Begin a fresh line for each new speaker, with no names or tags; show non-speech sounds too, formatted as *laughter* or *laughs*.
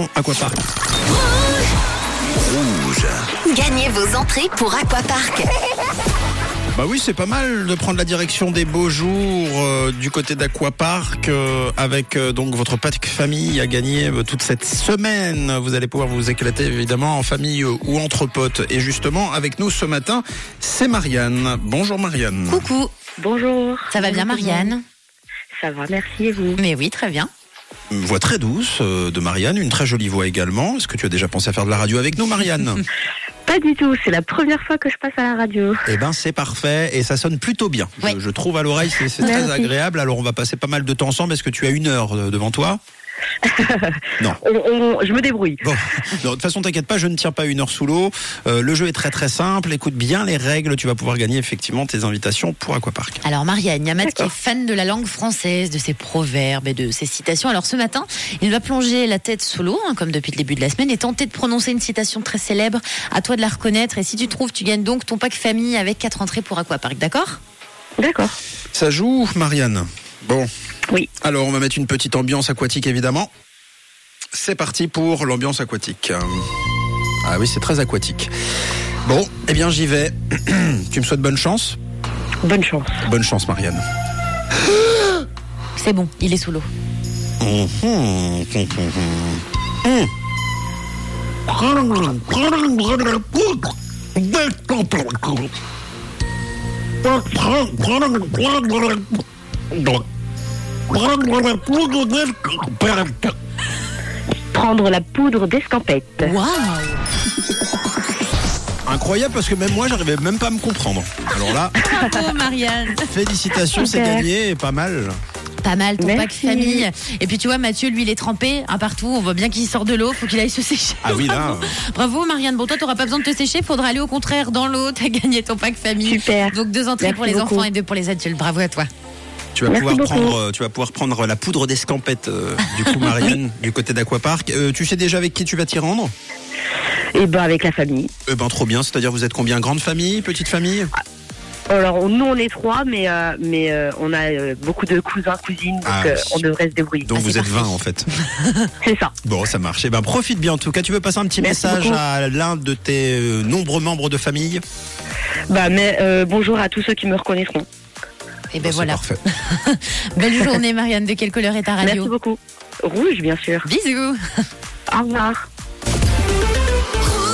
Attention, Aquapark. Rouge.
Gagnez vos entrées pour Aquapark.
Bah oui, c'est pas mal de prendre la direction des beaux jours euh, du côté d'Aquapark euh, avec euh, donc votre pack famille à gagner euh, toute cette semaine. Vous allez pouvoir vous éclater évidemment en famille euh, ou entre potes. Et justement, avec nous ce matin, c'est Marianne. Bonjour Marianne.
Coucou,
Bonjour.
ça va bien
Bonjour tout le monde.
Marianne
Ça va, merci et vous
Mais oui, très bien.
Une voix très douce euh, de Marianne, une très jolie voix également. Est-ce que tu as déjà pensé à faire de la radio avec nous Marianne
Pas du tout, c'est la première fois que je passe à la radio.
Eh ben c'est parfait et ça sonne plutôt bien. Je-
Ouais.
Je, trouve à l'oreille c'est c'est très
Merci.
agréable. Alors on va passer pas mal de temps ensemble. Est-ce que tu as une heure euh, devant toi
On- on- je me débrouille.
Bon, Non, de toute façon t'inquiète pas, je ne tire pas une heure sous l'eau. Euh, le jeu est très très simple. Écoute bien les règles, tu vas pouvoir gagner effectivement tes invitations pour Aquapark.
Alors Marianne, Yamat qui est
D'accord.
fan de la langue française, de ses proverbes et de ses citations. Alors ce matin, il va plonger la tête sous l'eau, hein, comme depuis le début de la semaine, et tenter de prononcer une citation très célèbre. À toi de la reconnaître. Et si tu trouves, tu gagnes donc ton pack famille avec quatre entrées pour Aquapark, d'accord
D'accord.
Ça joue Marianne. Bon.
Oui.
Alors on va mettre une petite ambiance aquatique évidemment. C'est parti pour l'ambiance aquatique. Euh, Ah oui, c'est très aquatique. Bon, eh bien j'y vais. *clears throat* tu me souhaites bonne chance
Bonne chance.
Bonne chance Marianne.
C'est bon, il est sous l'eau.
Prendre la poudre d'escampette.
Waouh
Incroyable parce que même moi j'arrivais même pas à me comprendre. Alors là,
Bravo Marianne
félicitations, c'est
Super.
gagné, et pas mal.
Pas mal ton pack
Merci.
famille. Et puis tu vois, Mathieu, lui, il est trempé, un partout. On voit bien qu'il sort de l'eau, faut qu'il aille se sécher.
Ah oui là,
Bravo Marianne, bon toi t'auras pas besoin de te sécher, faudra aller au contraire dans l'eau, t'as gagné ton pack famille.
Super.
Donc deux entrées
Merci
pour les
beaucoup.
enfants et deux pour les adultes, bravo à toi. Eh
tu vas
Merci
pouvoir
beaucoup.
prendre, euh, tu vas pouvoir prendre la poudre d'escampette euh, du coup Marianne du côté d'Aquapark. Euh, tu sais déjà avec qui tu vas t'y rendre
Et ben avec la famille.
Eh ben trop bien, c'est-à-dire vous êtes combien Grande famille, petite famille
Alors on- nous on est trois, mais euh, mais euh, on a euh, beaucoup de cousins cousines, donc
Ah
euh,
oui.
on devrait se débrouiller.
Donc
Ah,
vous
c'est
êtes
parfait.
20 en fait.
C'est ça.
Bon, ça marche. Eh ben profite bien en tout cas. Tu veux passer un petit
Merci
message
beaucoup.
à l'un de tes euh, nombreux membres de famille
Bah mais euh, bonjour à tous ceux qui me reconnaîtront.
Et
Oh,
ben
c'est
voilà,
Parfait.
belle
*laughs*
journée Marianne, de quelle couleur est ta
Merci
radio
beaucoup. Rouge bien sûr.
Bisous
Au revoir.